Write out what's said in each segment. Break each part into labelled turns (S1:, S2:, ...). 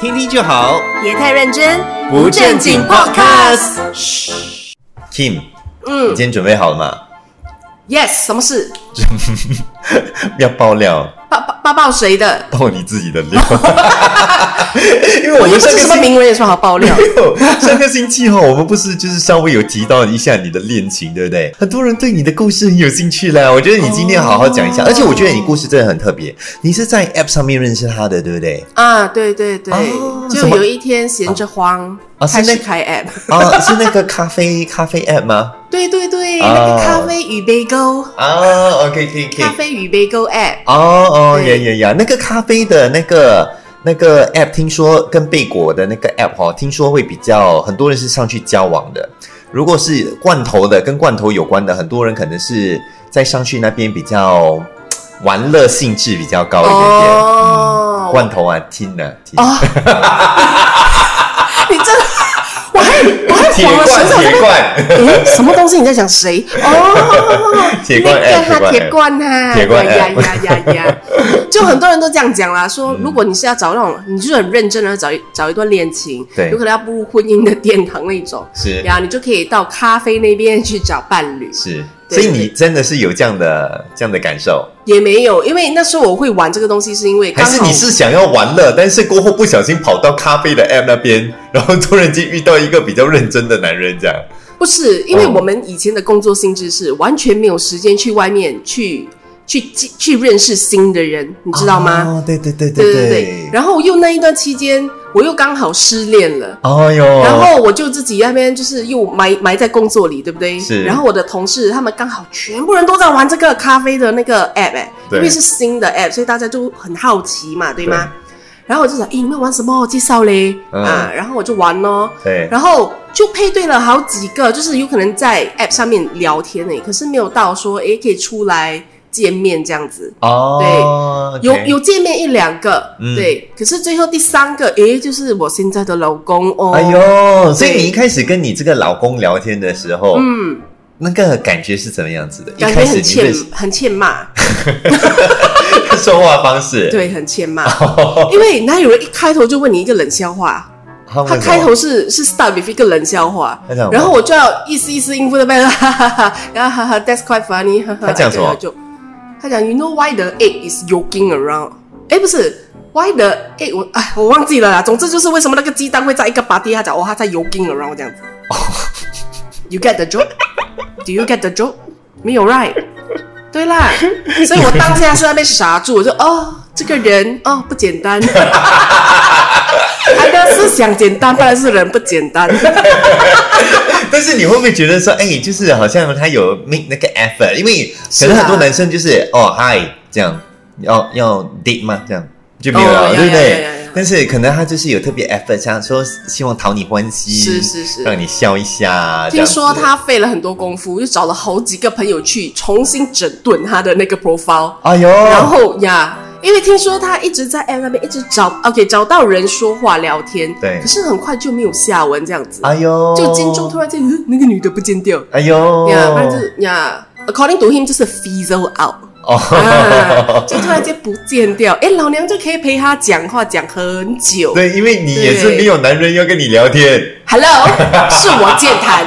S1: 听听就好，
S2: 别太认真，
S1: 不正经 podcast。嘘，Kim，你
S2: 嗯
S1: 今天准备好了吗？
S2: ，yes，什么事？
S1: 要爆料，
S2: 爆爆爆爆谁的？
S1: 爆你自己的 料，因为我
S2: 我又
S1: 们
S2: 不
S1: 上
S2: 是
S1: 个
S2: 什么
S1: 星
S2: 名人，有什么好爆 料？
S1: 上个星期哈，我们不是就是稍微有提到一下你的恋情，对不对？很多人对你的故事很有兴趣啦。我觉得你今天好好讲一下，
S2: 哦
S1: 而且我觉得你故事真的很特别，你是在 App 上面认识他的，对不对？
S2: 啊，对对对，
S1: 哦什
S2: 就
S1: 么
S2: 有一天闲着慌，
S1: 啊是
S2: 开始
S1: 那
S2: 开 app。
S1: 啊，是那个咖啡咖啡 App 吗？
S2: 对对对，
S1: 啊
S2: 那个咖啡与杯钩，
S1: 啊，OK，可以可以
S2: 咖。啡与杯钩 app。
S1: 哦哦，呀
S2: 对
S1: 呀呀，那个咖啡的那个那个 app，听说跟贝果的那个 app 哦，听说会比较很多人是上去交往的。如果是罐头的，跟罐头有关的，很多人可能是在上去那边比较嘖玩乐性质比较高一点点。
S2: 哦
S1: 嗯、罐头啊，听呢、啊，听
S2: 哦，啊你真 的，我还我还
S1: 铁
S2: 晃了神
S1: 罐，
S2: 手在
S1: 铁
S2: 那
S1: 罐，
S2: 边，诶嗯什么东西？你在讲谁？哦，
S1: 铁罐哎
S2: 那个
S1: app，
S2: 哈，
S1: 铁
S2: 铁罐哈，
S1: 铁罐哎嗯 app
S2: 呀呀 呀呀！就很多人都这样讲啦，说如果你是要找那种，你就是很认真的找一找一段恋情，
S1: 对
S2: 有可能要步入婚姻的殿堂那种，
S1: 是
S2: 然后你就可以到咖啡那边去找伴侣。
S1: 是。
S2: 对
S1: 所以你真的是有这样的这样的感受，
S2: 也没有，因为那时候我会玩这个东西，是因为
S1: 还
S2: 刚
S1: 是
S2: 好
S1: 你是想要玩乐，但是过后不小心跑到咖啡的 app 那边，然后突然间遇到一个比较认真的男人，这样
S2: 不是因为
S1: 哦
S2: 我们以前的工作性质是完全没有时间去外面去去去去认识新的人，你知道吗？
S1: 哦，对对对
S2: 对
S1: 对
S2: 对对。然后又那一段期间，我又刚好失恋了。
S1: 哎呦，
S2: 然后我就自己在那边就是又埋埋在工作里，对不对？
S1: 是
S2: 然后我的同事他们刚好全部人都在玩这个咖啡的那个 app，哎、
S1: 对
S2: 因为是新的 app，所以大家就很好奇嘛，对吗？然后我就想，诶，你们玩什么？介绍嘞、
S1: 嗯
S2: 啊！然后我就玩咯，
S1: 对，
S2: 然后就配对了好几个，就是有可能在 app 上面聊天呢、可是没有到说诶可以出来见面这样子。
S1: 哦，
S2: 有
S1: OK
S2: 有见面一两个，
S1: 嗯
S2: 对，可是最后第三个，诶，就是我现在的老公哦。
S1: 哎呦，所以
S2: 对
S1: 你一开始跟你这个老公聊天的时候，
S2: 嗯，
S1: 那个感觉是怎么样子的？一
S2: 感
S1: 开
S2: 觉
S1: 始
S2: 很
S1: 你
S2: 欠
S1: 认识
S2: 很欠骂，
S1: 他说话方式，，
S2: 对，很 欠骂。因为哪有人一开头就问你一个冷笑话？
S1: 他
S2: 他
S1: 问
S2: 开
S1: 什么
S2: 头是是 start with 一个冷笑话
S1: 他讲什么，
S2: 然后我就要一丝一丝应付的呗，哈哈哈，然后哈哈，that's quite funny，哈哈。
S1: 他讲什么
S2: 然后就他讲，you know why the egg is yolking around？哎，不是，why the egg？我哎，我忘记了啦。总之就是为什么那个鸡蛋会在一个 body，他讲哦，他在 yolking around 这样子。You get the joke? Do you get the joke? 没有 right？对啦，所以我当下是在被傻住，我就哦，这个人哦不 简单，他的思想简单，但是人不简单。
S1: 但是你会不会觉得说，哎、就是好像他有 make 那个 effort，因为可
S2: 是
S1: 能
S2: 啊
S1: 很多男生就是哦嗨这样，要要 date 吗？这样就没有了，
S2: 哦呀
S1: 对不
S2: 呀
S1: 对
S2: 呀呀呀？
S1: 但是可能他就是有特别 effort，想说希望讨你欢心，
S2: 是是是
S1: 让你笑一下。
S2: 听说
S1: 这样子
S2: 他费了很多功夫，又找了好几个朋友去重新整顿他的那个 profile，
S1: 哎呦，
S2: 然后呀。因为听说他一直在 M 那边一直找，OK 找到人说话聊天，
S1: 对
S2: 可是很快就没有下文这样子，
S1: 哎呦，
S2: 就金钟突然间、嗯那个女的不见掉，
S1: 哎呦，
S2: 呀，不然就是呀，according to him 就是 fizzle out，
S1: 哦，
S2: 啊，就突然间不见掉。哎，老娘就可以陪他讲话讲很 久。
S1: 对，因为你也是没有男人要跟你聊天，
S2: Hello，是 我健谈。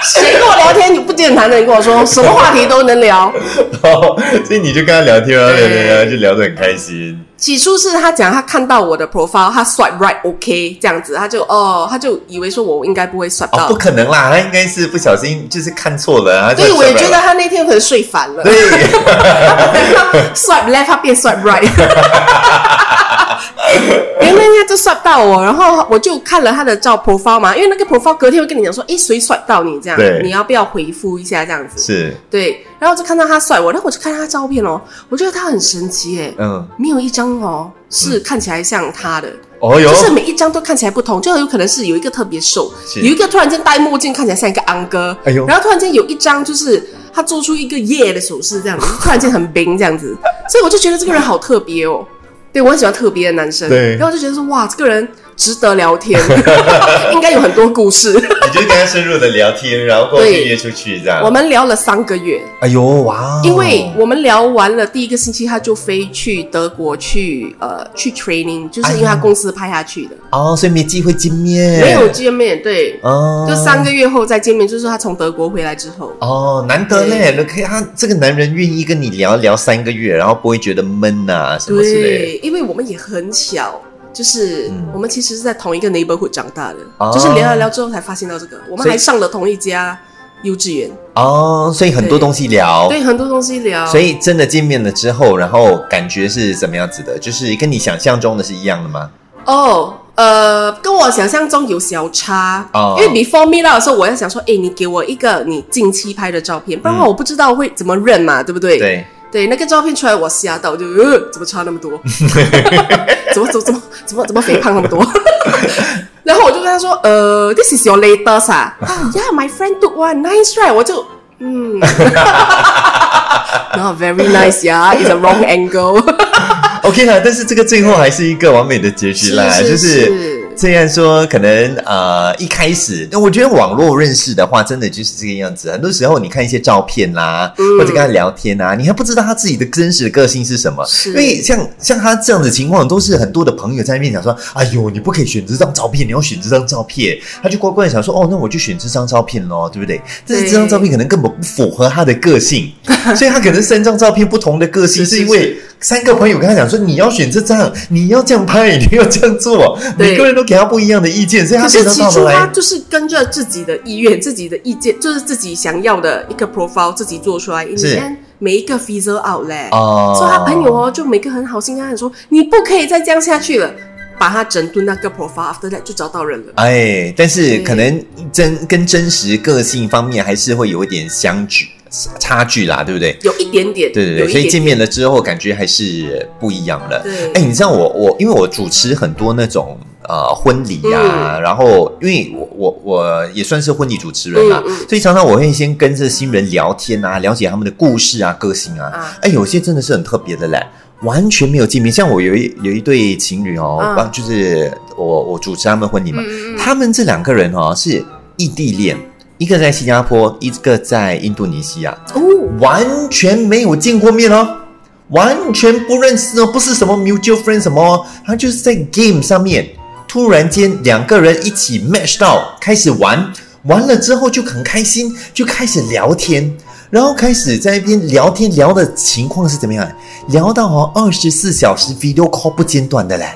S2: 谁跟我聊天？你不健谈的，你跟 我说什么话题都能聊。
S1: 所以你就跟他聊天啊，聊
S2: 对
S1: 聊聊，就聊得很开心。
S2: 起初是他讲他看到我的 profile，他 swipe right OK 这样子，他就哦，他就以为说我应该不会 swipe
S1: 哦，
S2: 到
S1: 不。可能啦，他应该是不小心就是看错了啊。他就
S2: 所以我也
S1: 上来
S2: 觉
S1: 了
S2: 得他那天可能睡烦了。
S1: 对，
S2: swipe left，他变 swipe right。原来他就 swipe 到我，然后我就看了他的照 profile 嘛，因为那个 profile 隔天会跟你讲说，诶，谁 swipe 到你这
S1: 对
S2: 样，你要不要回复一下这样子？
S1: 是，
S2: 对，然后就看到他 swipe 我，然后我就看他照片哦，我觉得他很神奇诶，
S1: 嗯，
S2: 没有一张哦是看起来像他的，
S1: 哦哟
S2: 就，是每一张都看起来不同，就有可能是有一个特别瘦，
S1: 是
S2: 有一个突然间戴墨镜看起来像一个昂哥，
S1: 哎呦
S2: 然后突然间有一张就是他做出一个耶的手势，这样子，突然间很冰这样子， 所以我就觉得这个人好特别哦。对我很喜欢特别的男生，
S1: 对
S2: 然后我就觉得说哇，这个人值得聊天， 应该有很多故 事。
S1: 你就是跟他深入的聊天，然后过去
S2: 对
S1: 约出去这样。
S2: 我们聊了三个月，
S1: 哎呦哇哦！
S2: 因为我们聊完了第一个星期，他就飞去德国去呃去 training，就是因为他公司派他去的，
S1: 哦，所以没机会见面，
S2: 没有见面，对，
S1: 哎哦，
S2: 就三个月后再见面，就是他从德国回来之后。
S1: 哦，难得嘞！那可以，他这个男人愿意跟你聊聊三个月，然后不会觉得闷啊什么之类的。
S2: 对，因为我们也很巧，就是
S1: 嗯
S2: 我们其实是在同一个 neighborhood 长大的，
S1: 哦
S2: 就是聊一聊之后才发现到这个，我们
S1: 所以
S2: 还上了同一家幼稚园，
S1: 哦，所以很多
S2: 对
S1: 东西聊。
S2: 对，很多东西聊。
S1: 哦所以真的见面了之后，然后感觉是怎么样子的？就是跟你想象中的是一样的吗？
S2: 哦，呃，跟我想象中有小差，
S1: 哦
S2: 因为 before meet up 的时候，我要想说，哎，你给我一个你近期拍的照片，不然的话我不知道会怎么认嘛，对不对？
S1: 对，
S2: 对那个照片出来，我吓到，我就呃，怎么差那 么多？怎么怎么怎么怎么怎么肥胖那么多？ 然后我就跟他说，呃，this is your latest 啊，啊，yeah，my friend took one，nice right，我就 嗯。然后 very nice 呀、i t s a wrong angle，
S1: OK 啦，但是这个最后还是一个完美的结局啦，
S2: 是是
S1: 就是
S2: 是
S1: 虽然说可能呃一开始，那我觉得网络认识的话，真的就是这个样子。很多时候你看一些照片啦，
S2: 嗯
S1: 或者跟他聊天啊，你还不知道他自己的真实的个性是什么。
S2: 是
S1: 因为像像他这样的情况，都是很多的朋友在那边讲说：“哎呦，你不可以选这张照片，你要选这张照片。”他就乖乖的想说：“哦，那我就选这张照片咯，对不对？”但是这张照片可能根本不符合他的个 性，所以他可能三张照片不同的个性，
S2: 是
S1: 是
S2: 是
S1: 因为三个朋友跟他讲说：“你要选这张，你要这样拍，你要这样做。”
S2: 对
S1: 每个人都给他不一样的意见，所以他
S2: 可
S1: 非
S2: 是
S1: 常
S2: 起
S1: 到哎头
S2: 初
S1: 来。
S2: 他就是跟着自己的意愿、自己的意见，就是自己想要的一个 profile 自己做出来。你
S1: 是
S2: 看每一个 figure out 嘞，
S1: 哦
S2: 所以他朋友哦，就每个很好心跟他说，你不可以再这样下去了，把他整顿那个 profile after that 就找到人了。
S1: 哎，但是
S2: 对
S1: 可能真跟真实个性方面还是会有一点相距差距啦，对不对？
S2: 有一点点，
S1: 对对
S2: 有
S1: 对，
S2: 一
S1: 所以
S2: 点
S1: 见面了之后，感觉还是不一样了。
S2: 对
S1: 哎，你知道我我因为我主持很多那种呃婚礼呀、
S2: 嗯
S1: 然后因为我我我也算是婚礼主持人啦、
S2: 嗯
S1: 所以常常我会先跟这新人聊天啊，了解他们的故事啊、个性啊。
S2: 啊，
S1: 哎，有些真的是很特别的嘞，完全没有见面。像我有一有一对情侣哦，
S2: 嗯
S1: 帮就是我我主持他们婚礼嘛，
S2: 嗯嗯
S1: 他们这两个人哦是异地恋，一个在新加坡，一个在印度尼西亚。
S2: 嗯，哦，
S1: 完全没有见过面哦，完全不认识哦，不是什么 mutual friend 什么哦，他就是在 game 上面突然间两个人一起 match 到开始玩，玩了之后就很开心，就开始聊天。然后开始在那边聊天，聊的情况是怎么样？聊到哦，二十四小时 video call 不间断的嘞。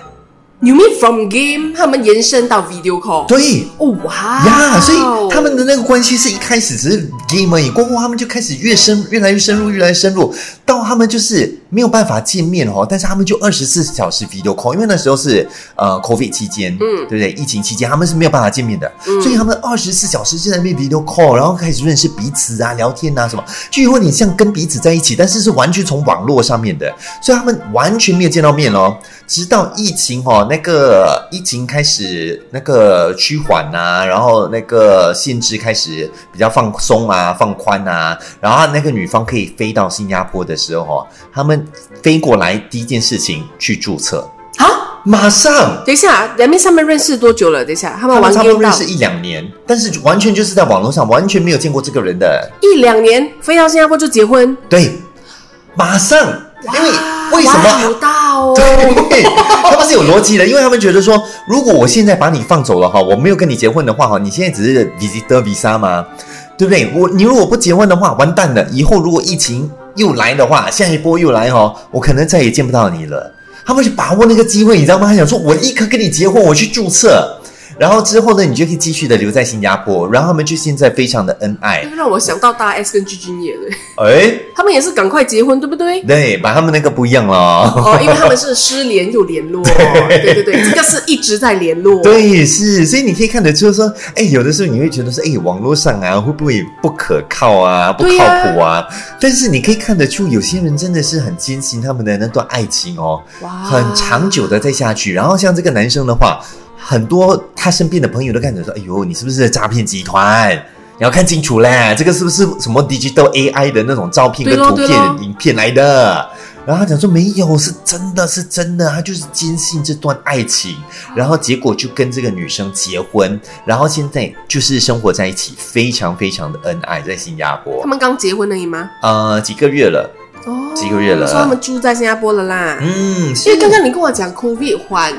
S2: you mean from game，他们延伸到 video call，
S1: 对，
S2: 哦哇，
S1: 呀所以他们的那个关系是一开始只是 game 而已，过后他们就开始越深，越来越深入，越来越深入，到他们就是没有办法见面哦，但是他们就二十四小时 video call，因为那时候是呃 COVID 期间，
S2: 嗯
S1: 对不对？疫情期间他们是没有办法见面的，
S2: 嗯
S1: 所以他们二十四小时就在那边 video call，然后开始认识彼此啊，聊天啊什么，就有点像跟彼此在一起，但是是完全从网络上面的，所以他们完全没有见到面哦。直到疫情哦，那个疫情开始那个趋缓啊，然后那个限制开始比较放松啊、放宽啊，然后那个女方可以飞到新加坡的时候哦，他们飞过来第一件事情去注册，
S2: 啊，
S1: 马上。
S2: 等一下，两面他们认识多久了？等一下，他们
S1: 他
S2: 玩
S1: 们差不
S2: game
S1: 多认
S2: 到
S1: 识一两年，但是完全就是在网络上，完全没有见过这个人的。
S2: 一两年，飞到新加坡就结婚，
S1: 对，马上，因为为什
S2: 啊哇
S1: 么
S2: 好大 哦，
S1: 对，他们是有逻辑的，因为他们觉得说，如果我现在把你放走了哈，我没有跟你结婚的话哈，你现在只是 visitor visa 嘛，对不对？我你如果不结婚的话，完蛋了，以后如果疫情又来的话，下一波又来哈，我可能再也见不到你了。他们就把握那个机会，你知道吗？他想说，我立刻跟你结婚，我去注册。然后之后呢，你就可以继续的留在新加坡，然后他们就现在非常的恩爱
S2: 这，个让我想到大 S 跟鞠婧祎了，
S1: 哎，
S2: 他们也是赶快结婚，对 不对？
S1: 对，把他们那个不一样了哦。
S2: 哦，因为他们是失联又联络，哦对对对，这个是一直在联络，
S1: 对，是，所以你可以看得出说，哎，有的时候你会觉得说，哎，网络上啊会不会不可靠啊，不
S2: 对
S1: 靠
S2: 呀
S1: 谱啊？但是你可以看得出，有些人真的是很坚信他们的那段爱情哦，
S2: 哇，
S1: 很长久的在下去。然后像这个男生的话，很多他身边的朋友都看着说，哎呦，你是不是诈骗集团？你要看清楚嘞，这个是不是什么 digital AI 的那种照片跟
S2: 对咯
S1: 图片
S2: 对咯、
S1: 影片来的？然后他讲说没有，是真的是真的，他就是坚信这段爱情，然后结果就跟这个女生结婚，然后现在就是生活在一起，非常非常的恩爱，在新加坡
S2: 他，们刚结婚而已吗？
S1: 呃，几个月了，
S2: 哦，
S1: 几个月了啊
S2: 说他们住在新加坡了啦。
S1: 嗯，
S2: 因为
S1: 是
S2: 刚刚你跟我讲 COVID 缓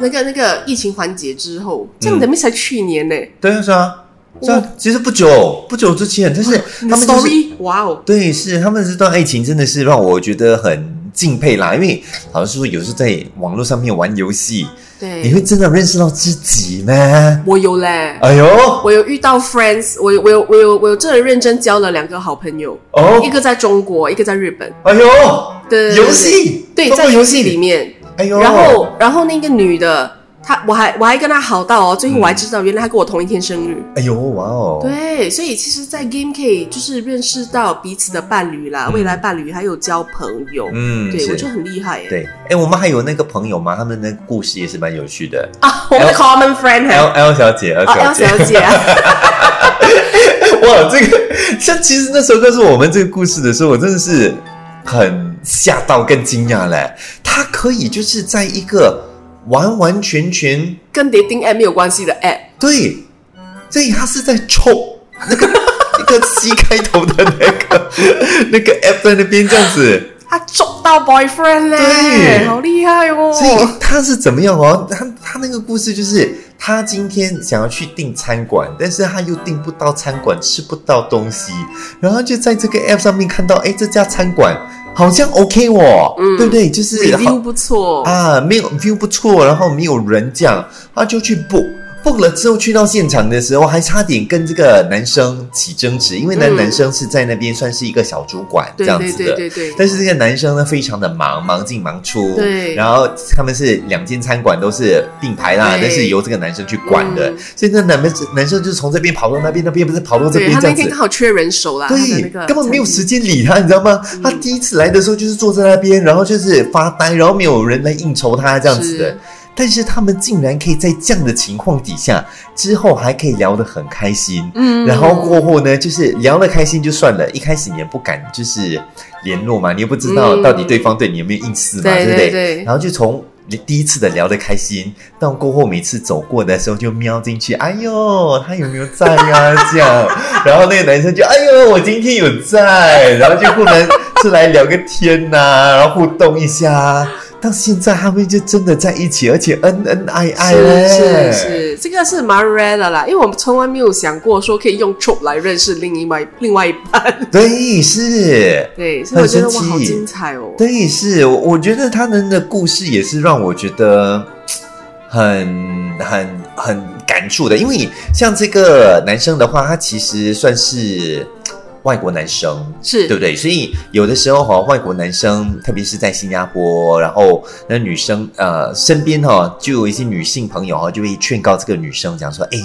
S2: 那个那个疫情缓解之后，这样
S1: 嗯
S2: 的没才去年呢、
S1: 对啊是啊，是啊，其实不久不久之前，但是
S2: 你
S1: 他
S2: 的
S1: 们就是
S2: story，哇哦，
S1: 对，是他们这段爱情真的是让我觉得很敬佩啦，因为好像是说有时候在网络上面玩游戏，你
S2: 对，
S1: 会真的认识到自己吗？
S2: 我有嘞，
S1: 哎呦，
S2: 我有遇到 friends，我有我有我有我有真的认真交了两个好朋友，一
S1: 哦，
S2: 个在中国，一个在日本，
S1: 哎呦，
S2: 对对对
S1: 游戏，
S2: 对，
S1: 通过
S2: 在游戏里，面，
S1: 哎呦，
S2: 然后然后那个女的，她我还我还跟她好到哦，最后我还知道原来她跟我同一天生日。
S1: 哎呦，哇哦，
S2: 对，所以其实，在 game 可以就是认识到彼此的伴侣啦，
S1: 嗯
S2: 未来伴侣，还有交朋友。
S1: 嗯，
S2: 对，我觉
S1: 是。
S2: 得很厉害耶。
S1: 对，哎，我们还有那个朋友嘛，他们的故事也是蛮有趣的。
S2: 啊，我们的 common friend 还
S1: L
S2: 有
S1: L 小姐，L
S2: 啊
S1: 小
S2: L
S1: 姐，
S2: 小姐啊，
S1: 哇，这个像其实那时候告诉我们这个故事的时候，我真的是很吓到跟惊讶嘞。他可以就是在一个完完全全
S2: 跟 dating app 没有关系的 app。
S1: 对，这他是在抽那个一个 C 开头的那个那个 F 在那边这样子。
S2: 他捉到 boyfriend 嘞，
S1: 对
S2: 好厉害哦！
S1: 所以他是怎么样哦？他他那个故事就是，他今天想要去订餐馆，但是他又订不到餐馆，吃不到东西，然后就在这个 app 上面看到，哎，这家餐馆好像 OK 哦，
S2: 嗯
S1: 对不对？就是
S2: review
S1: 好
S2: 不错，
S1: 啊，没有 view 不错，然后没有人这样，他就去 book。book 了之后去到现场的时候，还差点跟这个男生起争执，因为那
S2: 嗯
S1: 男生是在那边算是一个小主管、
S2: 对
S1: 这样
S2: 对
S1: 子的，
S2: 对对对对
S1: 但是这个男生呢，非常的忙，忙进忙出。
S2: 对
S1: 然后他们是两间餐馆都是并排啦，
S2: 对
S1: 但是由这个男生去管的，
S2: 嗯
S1: 所以那男男生就从这边跑到那边，那边不是跑到这
S2: 对
S1: 边
S2: 他
S1: 这
S2: 那
S1: 样
S2: 天
S1: 子
S2: 刚。好缺人手啦，他的
S1: 对
S2: 那个，
S1: 根本没有时
S2: 餐
S1: 间理他，你知道吗？他第一次来的时候就是坐在那边，然后就是发呆，然后没有人来应酬他这样子的
S2: 是。
S1: 但是他们竟然可以在这样的情况底下，之后还可以聊得很开心，
S2: 厅，嗯
S1: 然后过后呢，就是聊得开心就算了，一开始你也不敢就是联络嘛，你也不知道
S2: 嗯
S1: 到底对方对你有没有意思嘛，
S2: 对
S1: 不
S2: 对对
S1: 然后就从你第一次的聊得开心，到过后每次走过的时候就瞄进去，哎呦，他有没有在呀、这样，然后那个男生就哎呦，我今天有在，然后就不能是来聊个天呐、然后互动一下。到现在他们就真的在一起，而且恩恩爱爱嘞，
S2: 是是是，这个是蛮 rare 的啦，因为我们从来没有想过说可以用 chop 来认识另一外另外一半，
S1: 对，是。
S2: 对，所以我觉得
S1: 很神
S2: 哇，
S1: 奇
S2: 好精彩哦！
S1: 对，是我我觉得他们的故事也是让我觉得很很很感触的，因为像这个男生的话，他其实算是外国男生。
S2: 是，
S1: 对不对？所以有的时候哈、外国男生，特别是在新加坡，然后那女生呃身边哈、就有一些女性朋友哈、就会劝告这个女生讲说：“哎，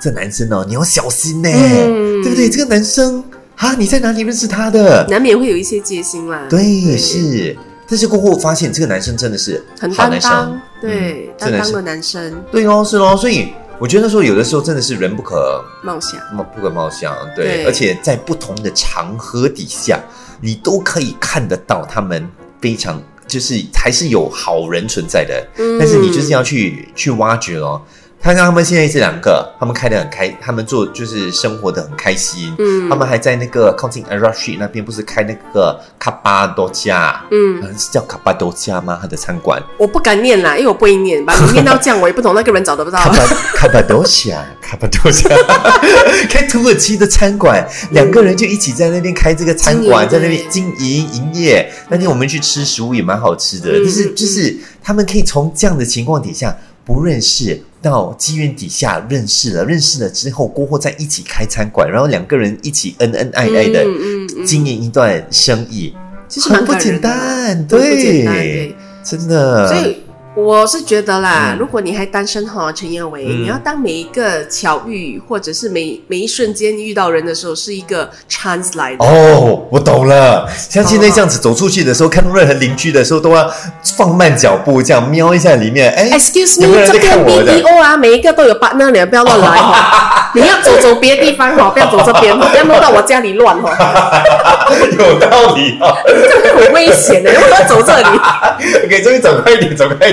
S1: 这男生哦，你要小心呢、
S2: 嗯
S1: 对不对？这个男生啊，你在哪里认识他的？
S2: 难免会有一些戒心啦，
S1: 对，是。但是过后发现这个男生真的是
S2: 很
S1: 好
S2: 担
S1: 男生
S2: 当，，对
S1: 嗯，真
S2: 担
S1: 的
S2: 当
S1: 是
S2: 的男生
S1: 对哦，是哦。所以我觉得说有的时候真的是人不可
S2: 梦想，
S1: 貌不可貌相，对，
S2: 对
S1: 而且在不同的场合底下，你都可以看得到他们非常就是还是有好人存在的，
S2: 嗯
S1: 但是你就是要去去挖掘哦。看看他们现在这两个，他们开得很开，他们做就是生活的很开心，
S2: 嗯
S1: 他们还在那个靠近 Arab Street 那边，不是开那个卡巴多加，
S2: 嗯，
S1: 嗯，是叫卡巴多加吗？他的餐馆
S2: 我不敢念啦，因为我不会念，把你念到这样，我也不懂那个人找得不到
S1: 卡。巴卡巴多加， 卡巴多 加，开土耳其的餐馆，两个人就一起在那边开这个餐馆，在
S2: 嗯经营
S1: 那边经营营业。那天我们去吃食物也蛮好吃的，
S2: 嗯
S1: 就是
S2: 嗯
S1: 就是他们可以从这样的情况底下不认识。到机缘底下认识了，认识了之后，过后再一起开餐馆，然后两个人一起恩恩 爱爱的
S2: 嗯嗯嗯
S1: 经营一段生意，
S2: 其实蛮
S1: 很不
S2: 感人
S1: 简
S2: 的啦
S1: 单，
S2: 很不简单，对。
S1: 真的。
S2: 所以我是觉得啦，
S1: 嗯
S2: 如果你还单身哈，陈彦维，
S1: 嗯
S2: 你要当每一个巧遇或者是每每一瞬间遇到人的时候，是一个 chance 来的。
S1: 哦，我懂了。像现在这样子走出去的时候，看到任何邻居的时候，都要放慢脚步，这样瞄一下里面。哎、
S2: Excuse
S1: 有
S2: me，
S1: 没有人
S2: 这
S1: 在看
S2: 边
S1: 我的
S2: BDO 啊，每一个都有 partner，你不要乱来 哈。你要走走别的地方哈，不要走这边哈，不要弄到我家里乱哈。
S1: 有道理啊！
S2: 这个很危险的，为什么要走这里？
S1: 给终于走快一点，走快一